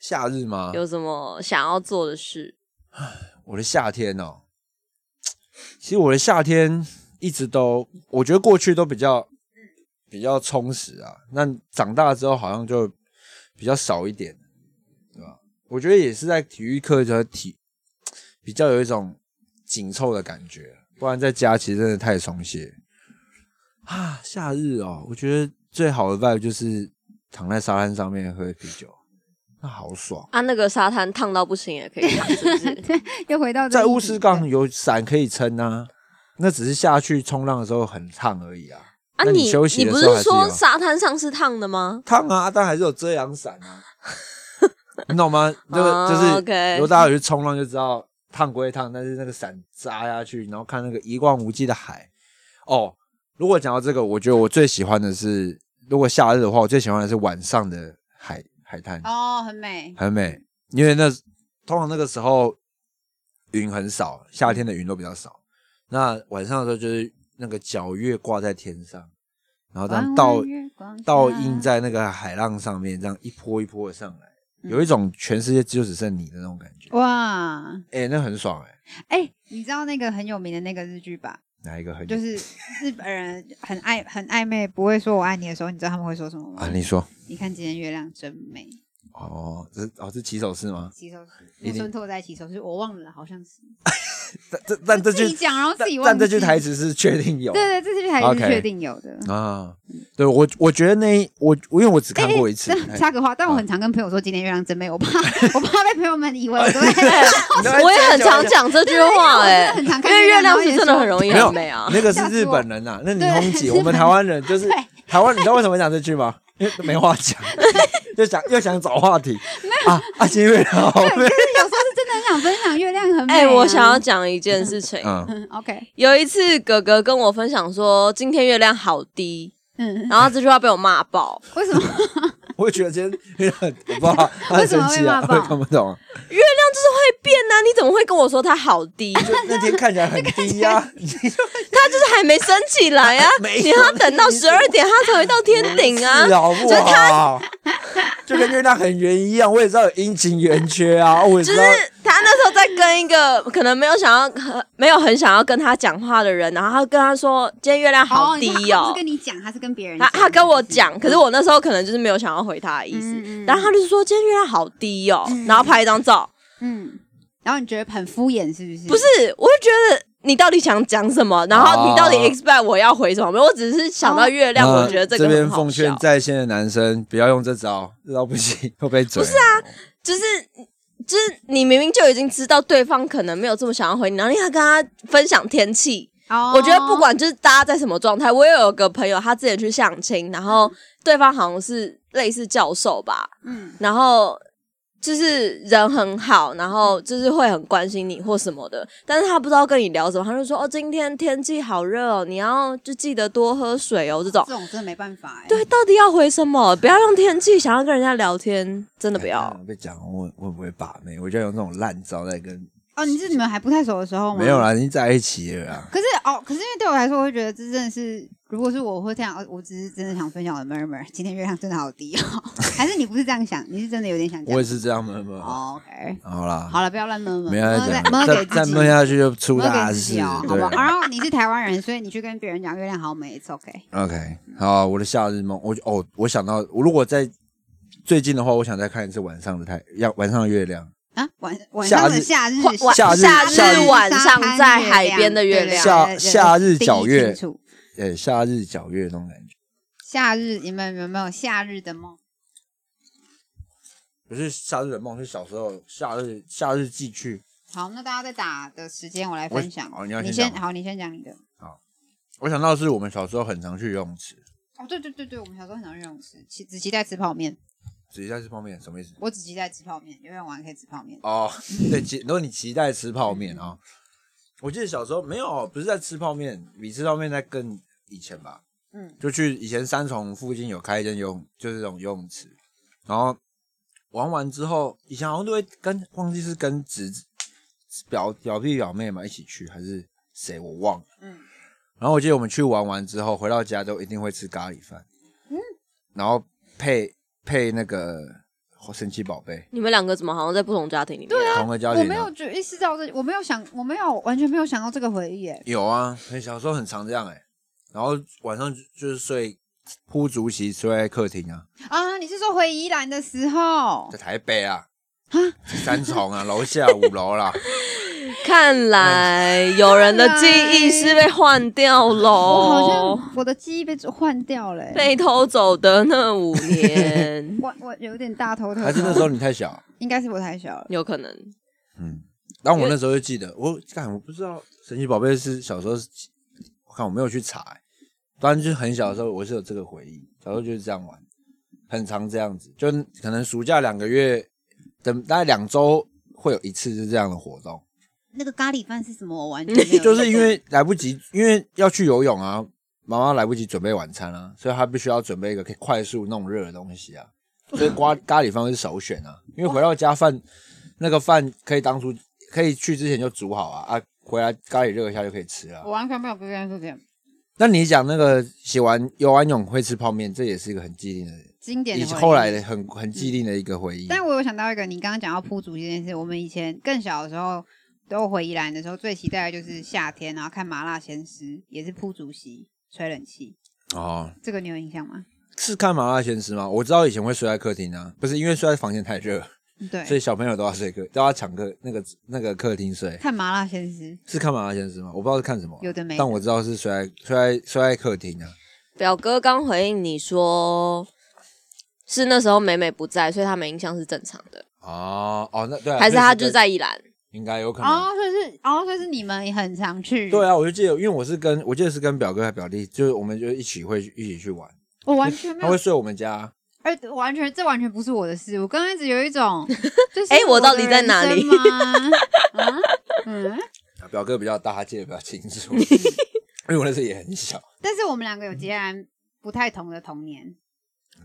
夏日吗？
有什么想要做的事？
我的夏天哦，其实我的夏天一直都，我觉得过去都比较比较充实啊。那长大之后好像就比较少一点，对吧？我觉得也是在体育课的体比较有一种紧凑的感觉，不然在家其实真的太松懈啊。夏日哦，我觉得最好的 vibe 就是躺在沙滩上面喝啤酒，那好爽。
啊，那个沙滩烫到不行也可以烫，是 不是？
又回到这
在
个议
乌
题
斯
对
港有伞可以撑啊，那只是下去冲浪的时候很烫而已啊。
啊，
那你
你
休息的
不
时候还
是
是
说
有
沙滩上是烫的吗？
烫啊，但还是有遮阳伞啊，你懂 吗？这个就是
哦，OK
如果大家有去冲浪就知道烫归烫，但是那个伞扎下去，然后看那个一望无际的海。哦，如果讲到这个，我觉得我最喜欢的是，如果夏日的话，我最喜欢的是晚上的海海滩。
哦，很美，
很美，因为那通常那个时候云很少，夏天的云都比较少。那晚上的时候就是那个皎月挂在天上，然后这样
弯
倒
弯月光下
倒映在那个海浪上面，这样一波一波的上来，
嗯
有一种全世界就只剩你的那种感觉。
哇，
哎、那很爽哎、
哎、你知道那个很有名的那个日剧吧？
哪一个 很
就是日本人很爱很暧昧，不会说我爱你的时候，你知道他们会说什么吗？
啊？你说
你看今天月亮真美，
哦，这是哦是起手式吗？
骑手是
一定
木村拓哉骑手是我忘了，好像是
但这但这
自己
句
讲，然后自己
但
忘
但
记。
这句台词是确定有
对对，这句台词
OK
是确定有的。
啊？对我我觉得那一我我因为我只
哎
看过一次，
但插个话，
嗯
但我很常跟朋友说今天月亮真美，我 怕我怕被朋友们以为 我都在
我也很常讲这句 话哎、
对因为我真的很常
因
看
为月亮
月亮
是真的很容易
没有
很美啊。
那个是日本人呐、啊那你红姐，
对
我们台湾人就是
对
台湾，你知道为什么讲这句吗？因为没话讲，就想又想找话题啊啊！金月亮好美，
有时候是真的很想分享月亮很美、啊。
哎、我想要讲一件事情。
嗯，
嗯，OK，
有一次，哥哥跟我分享说，今天月亮好低，
嗯，
然后这句话被我骂爆。
为什么？
我觉得今天月亮很，我不知道他很
为什么
生
会
气啊，
骂
我
爆
也看不懂。
月亮就是会变啊呐、你怎么会跟我说它好低？
就那天看起来很低呀、 你，
它就是还没升起来啊
没有
你要等到十二点它才会到天顶啊
是。好不好？就跟月亮很圆一样，我也知道有阴晴圆缺啊，我也
就
知
是
道。
他那时候在跟一个可能没有想要、很没有很想要跟他讲话的人，然后他跟他说：“今天月亮 好
你
低
看他
哦
不。是跟你讲，他是跟别人
他
讲。
他跟我
嗯
讲，可是我那时候可能就是没有想要回他的意思，
嗯嗯
然后他就说今天月亮好低哦，然后拍一张照。
嗯，然后你觉得很敷衍是不是？
不是，我就觉得你到底想讲什么，然后你到底
哦
expect 我要回什么？我只是想
哦
到月亮，我觉得这
嗯
个
这边
很好
奉
笑
劝。在线的男生不要用这招，这招不行会被嘴。不是啊，
就是就是你明明就已经知道对方可能没有这么想要回你，然后你还跟他分享天气。
哦，
我觉得不管就是大家在什么状态，我也有个朋友，他之前去相亲，然后对方好像是类似教授吧，
嗯，
然后就是人很好，然后就是会很关心你或什么的，但是他不知道跟你聊什么，他就说哦，今天天气好热哦，你要就记得多喝水哦，这种
这。种真的没办法哎、
对，到底要回什么？不要用天气想要跟人家聊天，真的不要。
啊被讲，我我不会把妹，我就用这种烂招在跟。
哦，你是你们还不太熟的时候吗？
没有。啦，已经在一起了啊啦。
可是哦，可是因为对我来说，我会觉得这真的是，如果是我会这样，哦我只是真的想分享我的 murmur，今天月亮真的好低哦。 还是你不是这样想，你是真的有点想讲
我。也是这样闷闷。
哦 OK，
好啦，
好了，不要乱 murmur，
没有
闷
再
在
讲，
闷
再
给
再
自己，
闷下去就出
闷
大
给自
事
己哦，，好
对
不好？然后你是台湾人，所以你去跟别人讲月亮好美，it's OK。
OK，好，我的夏日梦，我哦，我想到，我如果在最近的话，我想再看一次晚上的太阳，晚上的月亮，
啊，晚晚上的夏日，
晚
夏日
夏
夏日
晚上在海边的月亮
夏夏日皎月
清楚
呃、夏日皎月那种感觉，
夏日，你们有没有夏日的梦？
不是夏日的梦，是小时候夏日夏日寄去。
好，那大家在打的时间，我来分享。
我哦你要先
先
讲吗
好，你先讲你的。
我想到是我们小时候很常去游泳池，
哦，对对对对，我们小时候很常游泳池，期只期待吃泡面。
只在这方面什么意思？
我只期待吃泡面，游泳完可以吃泡面。
哦，对，期如果你期待吃泡
嗯
面啊、我记得小时候没有，啊不是在吃泡面，比吃泡面在更以前吧，
嗯
就去以前三重附近有开一间游泳，就是这种游泳池，然后玩完之后，以前好像都会跟忘记是跟侄子、表表弟表妹嘛一起去，还是谁我忘了。
嗯，
然后我记得我们去玩完之后，回到家都一定会吃咖喱饭，嗯，然后配配那个神奇宝贝，
你们两个怎么好像在不同家庭里面？对
同个家
嗯我
庭
没
啊、
有觉意识到这，我没有想，我没有完全没有想到这个回忆耶。
有啊，很小时候很常这样哎、然后晚上就就是睡铺竹席睡在客厅啊，
啊，你是说回宜兰的时候
在？台北啊，三重啊，楼下五楼啦，
看来有人的记忆是被换掉
我好
喽，
像我的记忆被换掉了耶。
被偷走的那五年，
我我有点大头疼。
还是那时候你太小，
应该是我太小了。
有可能
嗯，但我那时候就记得，我干我不知道神奇宝贝是小时候是，我看我没有去查、欸，当然就是很小的时候我是有这个回忆，小时候就是这样玩，很常这样子，就可能暑假两个月，等大概两周会有一次是这样的活动，
那个咖喱饭是什么？我完 全没有。
就是因为来不及，因为要去游泳啊，妈妈来不及准备晚餐啊，所以她必须要准备一个可以快速弄热的东西啊，所以瓜咖喱饭会是首选啊，因为回到家饭那个饭可以当初可以去之前就煮好啊啊，回来咖喱热一下就可以吃啊
我。完全没有跟别人说这样。
那你讲那个洗完游完泳会吃泡面，这也是一个很既定的
经典
以
的
及
回忆嗯
后来的很很既定的一个回忆。
但我有想到一个，你刚刚讲到铺竹这件事，我们以前更小的时候，都回宜兰的时候，最期待的就是夏天，然后看麻辣鲜师，也是铺竹席吹冷气，
哦，
这个你有印象吗？
是看麻辣鲜师吗？我知道以前会睡在客厅啊，不是因为睡在房间太热，
嗯对，
所以小朋友都要睡客，都要抢客那个那个客厅睡。
看麻辣鲜师，
是看麻辣鲜师吗？我不知道是看什么，啊
有的没的
但我知道是睡在睡在睡在客厅啊。
表哥刚回应你说，是那时候美美不在，所以他没印象是正常的，
哦哦，那对啊、
还是他就
跟，
在宜兰？
应该有可能。
哦，所以是哦，所以是你们也很常去，
对
啊，
啊，我就记得，因为我是跟我记得是跟表哥和表弟，就是我们就一起会一起去玩，
我完全没
他会
有，
睡我们家。
而完全这完全不是我的事，我刚开始有一 种，就是
哎我
的
到底在哪
人
里
生吗？啊嗯，
表哥比较大，他记得比较清楚，因为我那时候也很小。
但是我们两个有截然不太同的童年，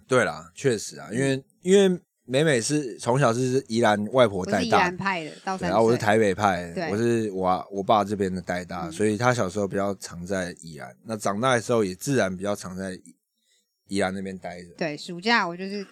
对啦，确实啊，因为因为美美是从小是宜兰外婆
我是
带
宜
大
兰，派的，到
对，
三岁，
然后我是台北派的，
对
我是我啊我爸这边的带大，
嗯
所以他小时候比较常在宜兰，那长大的时候也自然比较常在宜宜兰那边待着。
对，暑假我就是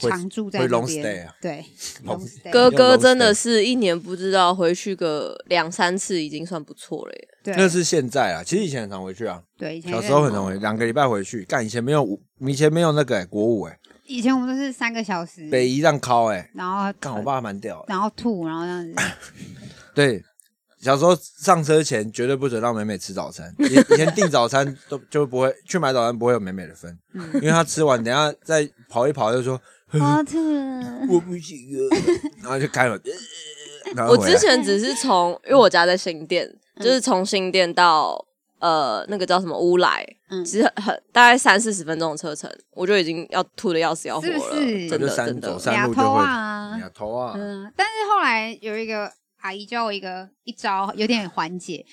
会
常住在
会
那
long
边
stay 啊
对
long
，long stay，
哥
要
哥
roast
真的是一年不知道回去个两三次，已经算不错了耶。
对，
那是现在啊，其实以前很常回去啊，
对以前
小时候很常
容
回，
易。
两个礼拜回去。干以前没有舞，以前没有那个、欸、国舞哎、
以前我们都是三个小时，
北宜让考哎、欸，
然后
干我爸蛮屌的。
然后吐，然后这样 子，
对，小时候上车前绝对不准让美美吃早餐，以以前订早餐都就不会去买早餐，不会有美美的分，因
嗯，
为她吃完等一下再跑一跑就说
我哦吐了，
我不行 啊，然后就开了。呃然后
我
回来
之前只是从，因为我家在新店，
嗯
就是从新店到呃那个叫什么乌来，
嗯，
其实很很大概三四十分钟的车程，我就已经要吐的要死要活了，
是不是
我
真
就
的
山
真
走
的。
山
俩
路就
头
会
啊，
两头啊，
嗯，但是后来有一个阿姨教我一个一招，有点缓解。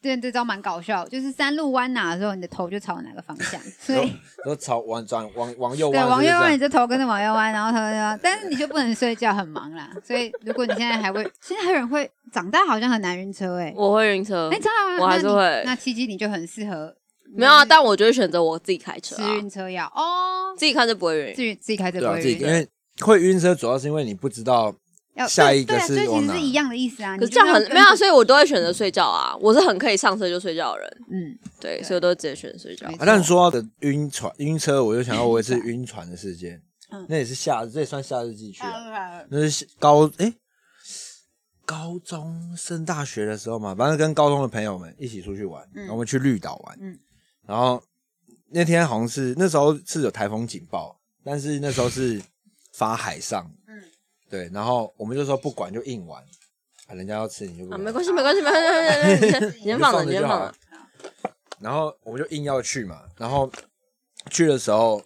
对，这招蛮搞笑，就是山路弯哪的时候，你的头就朝哪个方向，所以
都朝往转往往
啊
右
对，
弯，
往右弯，你
是
就头跟着往右弯，然后头跟着往，但是你就不能睡觉，很忙啦。所以如果你现在还会，现在还有人会长大，好像很难晕车哎、欸。
我会晕车
哎、，长大
我还是会
那你那七七你就很适合，
没有啊，但我就会选择我自己开车
吃
啊，
晕车药哦，
自己开车不会
自
晕。
己自己开车
这
不会
样对啊，自己
晕。
因为会晕车，主要是因为你不知道
要
下
对
一个
对啊
是
所以
往
其实
哪
是一样的意思啊。
可是
你
这
就
样很
跟
没有啊，所以我都会选择睡觉啊。我是很可以上车就睡觉的人，
嗯，
对，
对
所以我都直接选择睡觉
嗯没。
啊
错，
但说到的晕船、晕车，我就想到我有一次晕船的事件，
嗯
那也是夏日，这也算夏日记去啊、
啊
那是高哎、高中升大学的时候嘛，反正跟高中的朋友们一起出去玩，
嗯
然后我们去绿岛玩，
嗯
然后那天好像是那时候是有台风警报，但是那时候是发海上，
嗯
对，然后我们就说不管就硬玩，啊，人家要吃你就不
啊，
管，
没关系，没关系，没关系，没关系没 关系，你先放了，
你
你
就放着就
先放
好
了
了。然后我们就硬要去嘛，然后去的时候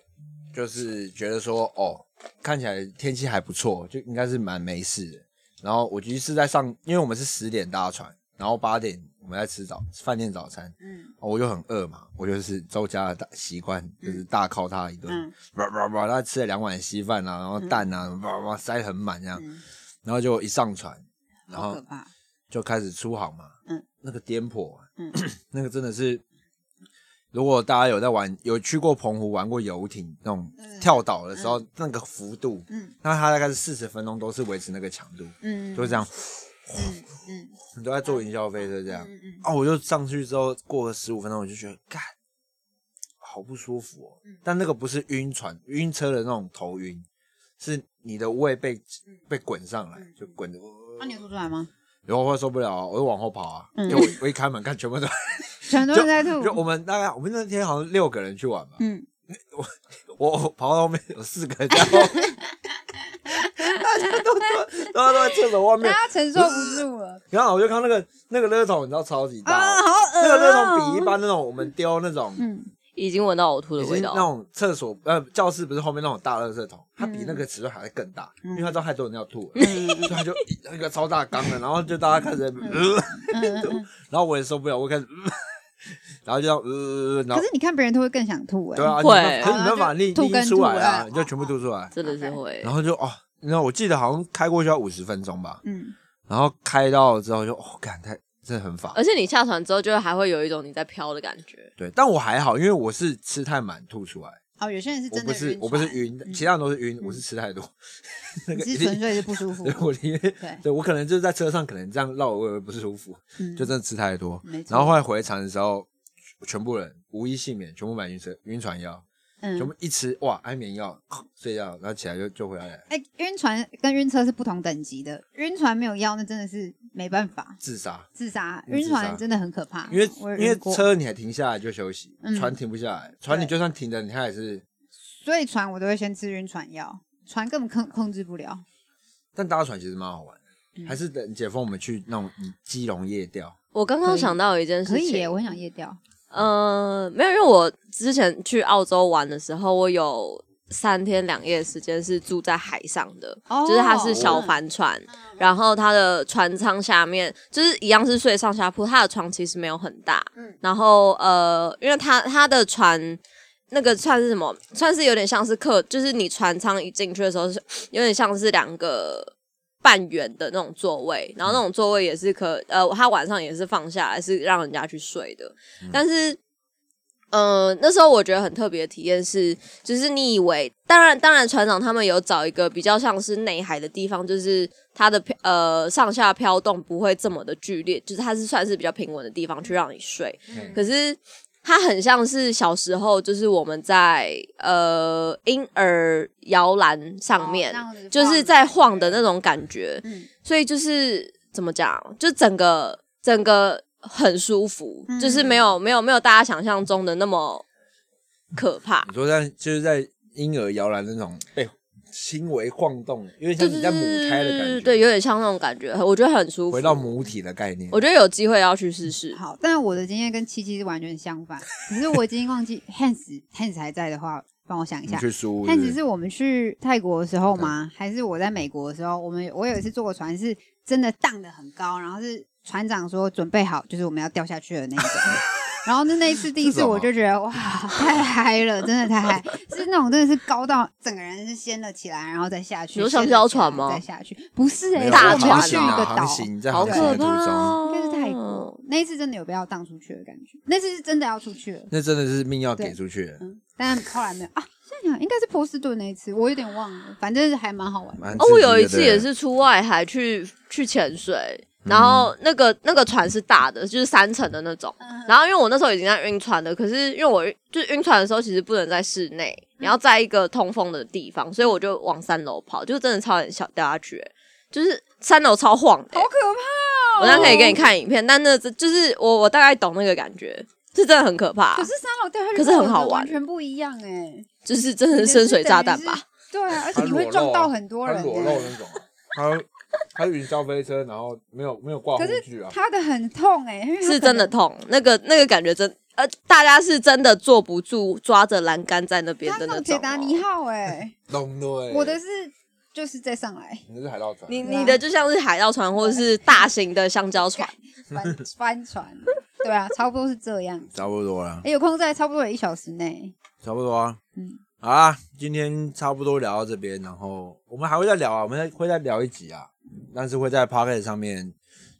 就是觉得说，哦，看起来天气还不错，就应该是蛮没事的。然后我其实是在上，因为我们是十点搭船，然后八点我们在吃早饭店早餐，
嗯
我就很饿嘛，我就是周家的大习惯，就是大靠他一顿，
嗯
叭叭叭，他吃了两碗稀饭啊，然后蛋啊，叭叭叭塞得很满这样，
嗯，
然后就一上船，然
好
后
可怕。
就开始出航嘛。
嗯，
那个颠簸啊，
嗯
那个真的是，如果大家有在玩，有去过澎湖玩过游艇那种
嗯
跳岛的时候，那个幅度，
嗯
那它大概是四十分钟都是维持那个强度，
嗯，
就是这样，
嗯嗯
你都在坐云霄飞车这样。
嗯嗯
哦，我就上去之后，过了十五分钟，我就觉得干，好不舒服哦
嗯。
但那个不是晕船、晕车的那种头晕，是你的胃被被滚上来，就滚呃着。
嗯，那你有吐出来吗？
然后我会受不了啊，我就往后跑啊，
嗯
就我我一开门看全部都，
全都是在吐
就。我们大概我们那天好像六个人去玩吧，
嗯，
我我跑到后面有四个人在后面，大家都坐大家都在厕所外
大
面，
家承受不住了
然后我就看那个那个垃圾桶，你知道超级大
啊，
哦，
好恶
那个垃圾
哦
桶比一般那种我们丢那种
嗯
已经闻到呕吐的
已
味
经
道
那
了。
种厕所呃教室不是后面那种大垃圾桶，它比那个尺寸还更大，因为他知道太多人要吐了，
嗯
所以他就一那个超大缸的，然后就大家开始在。呃
嗯嗯嗯。
然后我也受不了，我开始，呃 然后就这样呃，然
可
后
是你看别人吐会更想吐哎。
对啊，
会
你没办法可是你没办法，
就
你
吐
你一
跟
出来啊，
吐了哦
你就全部吐出来，
真的是会。
然后就哦，然后我记得好像开过去要五十分钟吧，
嗯，
然后开到之后就哦，感太真的很烦，
而且你下船之后，就还会有一种你在飘的感觉。
对，但我还好，因为我是吃太满吐出来，
哦，有些人是
我
真
不
的
是
晕
我不是
船，
晕，
嗯
其他人都是晕，我是吃太多。那
你
个
是纯粹是不舒服
对，，我因为
对，
对我可能就是在车上，可能这样绕，我也会不舒服，
嗯
就真的吃太多。
没错。
然后后来回程的时候，全部人无一幸免，全部买晕车晕船药，
嗯
全部一吃哇安眠药睡觉，然后起来就就回来了
哎、晕船跟晕车是不同等级的，晕船没有药，那真的是没办法
自杀。
啊
自杀。
嗯
晕
自杀
船真的很可怕，
因为
我有
因为
晕过，
车你还停下来就休息，
嗯
船停不下来，船你
对
就算停着，你它也是。
所以船我都会先吃晕船药，船根本控控制不了。
但搭船其实蛮好玩的，
嗯
还是等解封我们去那种基隆夜钓。
我刚刚想到一件事
可以
情
耶，，我很想夜钓。
呃，没有，因为我之前去澳洲玩的时候，我有三天两夜时间是住在海上的，
哦
就是它是小帆船，然后它的船舱下面就是一样是睡上下铺，它的床其实没有很大，
嗯
然后呃，因为它它的船。那个算是什么？算是有点像是客，就是你船舱一进去的时候，是有点像是两个半圆的那种座位，然后那种座位也是可呃，它晚上也是放下来是让人家去睡的，但是。呃，那时候我觉得很特别的体验是，就是你以为，当然，当然，船长他们有找一个比较像是内海的地方，就是它的漂呃上下飘动不会这么的剧烈，就是它是算是比较平稳的地方去让你睡。
嗯
可是它很像是小时候，就是我们在呃婴儿摇篮上面，
哦
就是在晃的那，种感觉。
嗯
所以就是怎么讲，就整个整个很舒服，
嗯
就是没有没有没有大家想象中的那么可怕。
你说在就是在婴儿摇篮那种被轻微晃动，有点像你在母胎的感觉，
对，有点像那种感觉，我觉得很舒服。
回到母体的概念。
我觉得有机会要去试试
嗯。好，但是我的经验跟七七是完全相反。可是我已经忘记 Hans Hans 还在的话，帮我想一
你
下。
去苏屋，
但
是嗯
只
不是
是我们去泰国的时候吗？还是我在美国的时候？我们我有一次坐过船，是真的荡得很高，然后是船长说准备好，就是我们要掉下去的那一种。然后那那一次第一
这
次
种
我就觉得哇，太嗨了，真的太嗨，是那种真的是高到整个人是掀了起来，然后再下去。
你说像
掀了起来
飘船吗
再下去？不是
没
哎、
有
大
是我们要
航
去
行
一
啊
个
航
岛，
行在
好
航行的
可
途
怕
中，
哦！
应该是泰国。那一次真的有被要荡出去的感觉，那次是真的要出去了。
那真的是命要
对
给出去了。
嗯，但后来没有啊。现在想应该是波士顿那一次，我有点忘了，反正还蛮好玩的。
蛮
哦，
刺
我
激
有一
的
次也，是出外海去去潜水，
嗯
然后那个那个船是大的，就是三层的那
嗯
种。然后因为我那时候已经在晕船了，可是因为我就是晕船的时候，其实不能在室内，
嗯
你要在一个通风的地方，所以我就往三楼跑，就真的差点小掉下去、欸就是三楼超晃的欸、
好可怕、哦！
我那天可以给你。看影片，但那这就是我我大概懂那个感觉，是真的很可怕，
可是三楼掉下去，
可是很好玩
完全不一样哎、
就是真的是深水炸弹吧。
对啊，而且
它
你会
裸
撞
露
到
啊
很多
它
人、
裸露
欸。
那种 啊，它它云霄飞车，然后没有没有挂护
可是
具啊，
他的很痛哎、因为它
是
可
真的
能。
痛，那个那个感觉真，呃，大家是真的坐不住，抓着栏杆在那边
他
的
那
那
种
种、
铁达尼
哦。
号哎、
咚对，
我的是就是再上 来，
你的是海盗船，
你
对啊
你的就像是海盗船或者是大型的香 蕉船，
翻翻船，对啊，差不多是这样。
差不多了
哎、，有空在差不多有一小时内，
差不多啊。
嗯，
好啊，今天差不多聊到这边，然后我们还会再聊啊，我们再会再聊一集啊，但是会在 p o c k e t 上面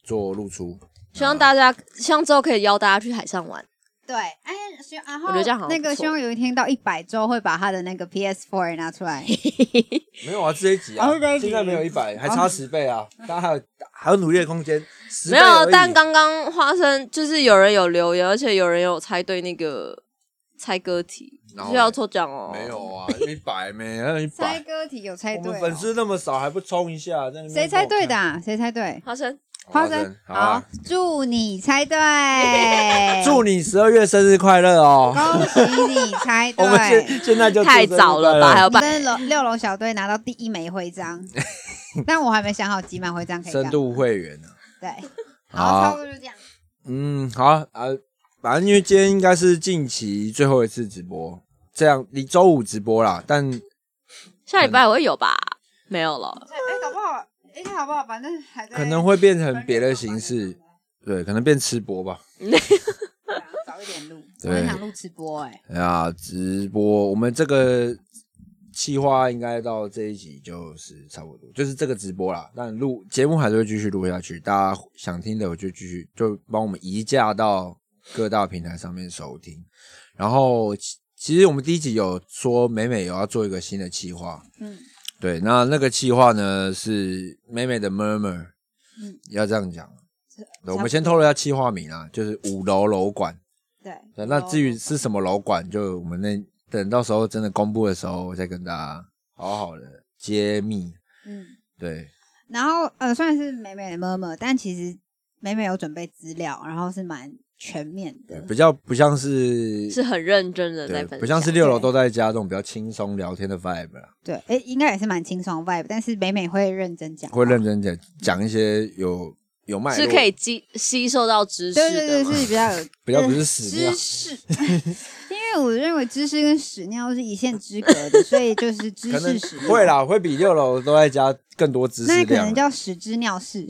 做露出。
希望大家希望之后可以邀大家去海上玩。
对，哎，希然后
我觉得这样好像
那个
不错
希望有一天到一百周会把他的那个 PS4 拿出 来，
没有啊，这一集啊
哦这一，集
现在没有一百，还差十倍啊，大家还有还有努力的空间。10
没
倍而
有，
已
但刚刚花生就是有人有留言，而且有人有猜对那个猜歌题，
然后
需要抽奖哦。
没有啊，一百没还有一
猜
百，
歌题有猜
我
对、
们
哦，
粉丝那么少，还不冲一下？在那边
谁猜对的
给
啊、谁猜对？
花生，
我看？
花生，
好啊，，，
祝你猜对
哎
祝你十二月生日快乐哦！
恭喜你猜
我们
对，
现现在就祝
太
生日
早
快
了吧？
乐
还有
你
半
跟楼六楼小队拿到第一枚徽 章，但我还没想好几满徽章可以啊
深
干。
度会员呢？
对，
好
好，差不多就这样。
嗯，好啊，呃反正因为今天应该是近期最后一次直播，这样你周五直播啦，但
下礼拜会有吧？没有了，
哎、搞不好，哎、搞不好，反正还在
可能会变成别的形式，对，可能变吃播吧。
对啊早一点录，我
对
很想录直播、哎，
哎呀，直播我们这个计划应该到这一集就是差不多，就是这个直播啦。但录节目还是会继续录下去，大家想听的我就继续就帮我们移架到各大平台上面收听。然后其实我们第一集有说美美有要做一个新的企划，
嗯，
对，那那个企划呢是美美的 murmur，
嗯
要这样讲。对我
差不
们先
多
透露一下企划名啊，就是五楼楼管。
对。
对，那至
哦
于是什么楼管，就我们那等到时候真的公布的时候，再跟大家好好的揭秘。
嗯，
对，
然后呃，算是美美的妈妈，但其实美美有准备资料，然后是蛮全面的。
比较不像是
是很认真的在
对
分，享，
不像是六楼都在家这种比较轻松聊天的 vibe 啦，
对，哎、应该也是蛮清爽的 vibe，但是美美会认真讲话，
会认真讲讲一些有有脉络，
是可以吸吸收到知识的
对对
吗，
对，是比较有
比较不
呃
是屎尿
知识，因为我认为知识跟屎尿是一线之隔的，所以就是知
可能
识屎尿
会，啦，会比六楼都在家更多知
那
识
可能
量。
叫屎之尿室，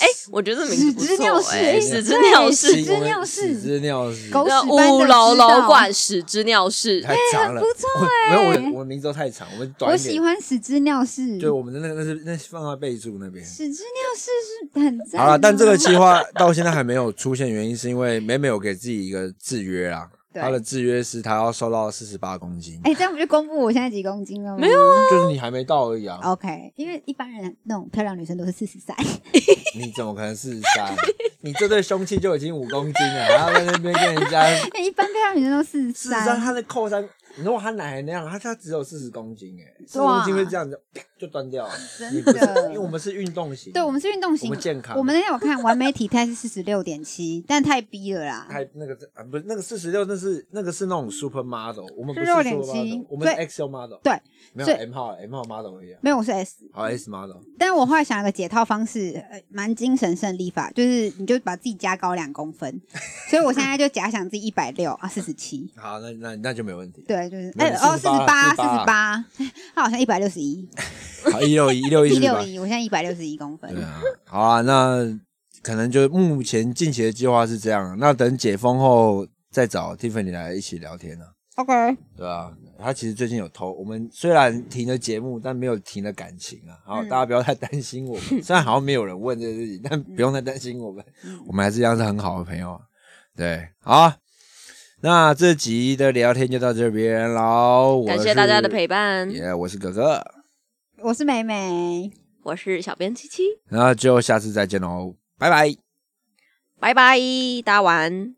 哎、我觉得这名字不
屎之尿
错、
室
哎，
哎
屎之尿
对
室
屎，之尿室
屎之尿室，
狗屎
那
般的
五楼
知道
楼管屎之尿室，
太长
很
了，
哎不错哎
我没有我我的名字都太长，我们短
我
一点。
喜欢屎之尿室，
就我们的那个那是那是放在备注那边。
屎之尿室是很赞、
好了，但这个 计划 到现在还没有出现，原因是因为美美有给自己一个制约啦。
对
她的制约是她要瘦到四十八公斤，
哎、这样不就公布我现在几公斤了吗？
没有
啊。
就是你还没到而已啊！
OK，因为一般人那种漂亮女生都是四十三，
你怎么可能四十三？你这对凶器就已经五公斤了，还要在那边跟人 家
一般漂亮女生都四十
四十三，
三。
她的扣三，你如果她奶奶那样，她她只有四十公斤哎、四十
哇
公斤会这样子啪就断掉了。
真
你不是
的
因为我们是运动型，
对，我们是运动
我
型
们，健康，
我们那天我看完美体态是四十六点七，但太逼了啦。
还那个啊，不是那个四十六，那是那个是那种 super model，我们不是
是肉
super
脸型
model，我们是
对
XL model，
对，
没有
所以
M 号 M 号 model 一样，
没有，我是 S，
好 S model，
但我后来想了个解套方式，呃蛮精神胜利法，就是你就把自己加高两公分，所以我现在就假想自己一百六啊，四十七，
好，那那那就没问题，
对，就是
那
哎、
你
哦，四十八，
48
四十八， 他好像一百六十一，
好一 六一一六一
一
是吧
六？一，我现在一百六十一公分
对，啊，好啊，那可能就目前近期的计划是这样，啊那等解封后再找 Tiffany 来一起聊天啊，
OK，
对啊，他其实最近有偷，我们虽然停了节目，但没有停了感情啊，好，
嗯
大家不要太担心我 们，虽然好像没有人问这个事情，但不用太担心我们。
嗯
我们还是一样是很好的朋友啊。对，好啊，那这集的聊天就到这边喽。
感谢大家的陪
伴。
伴，
耶、我是哥哥，
我是美美，
我是小编七七，
那就下次再见喽，拜拜。
拜拜，大家晚安。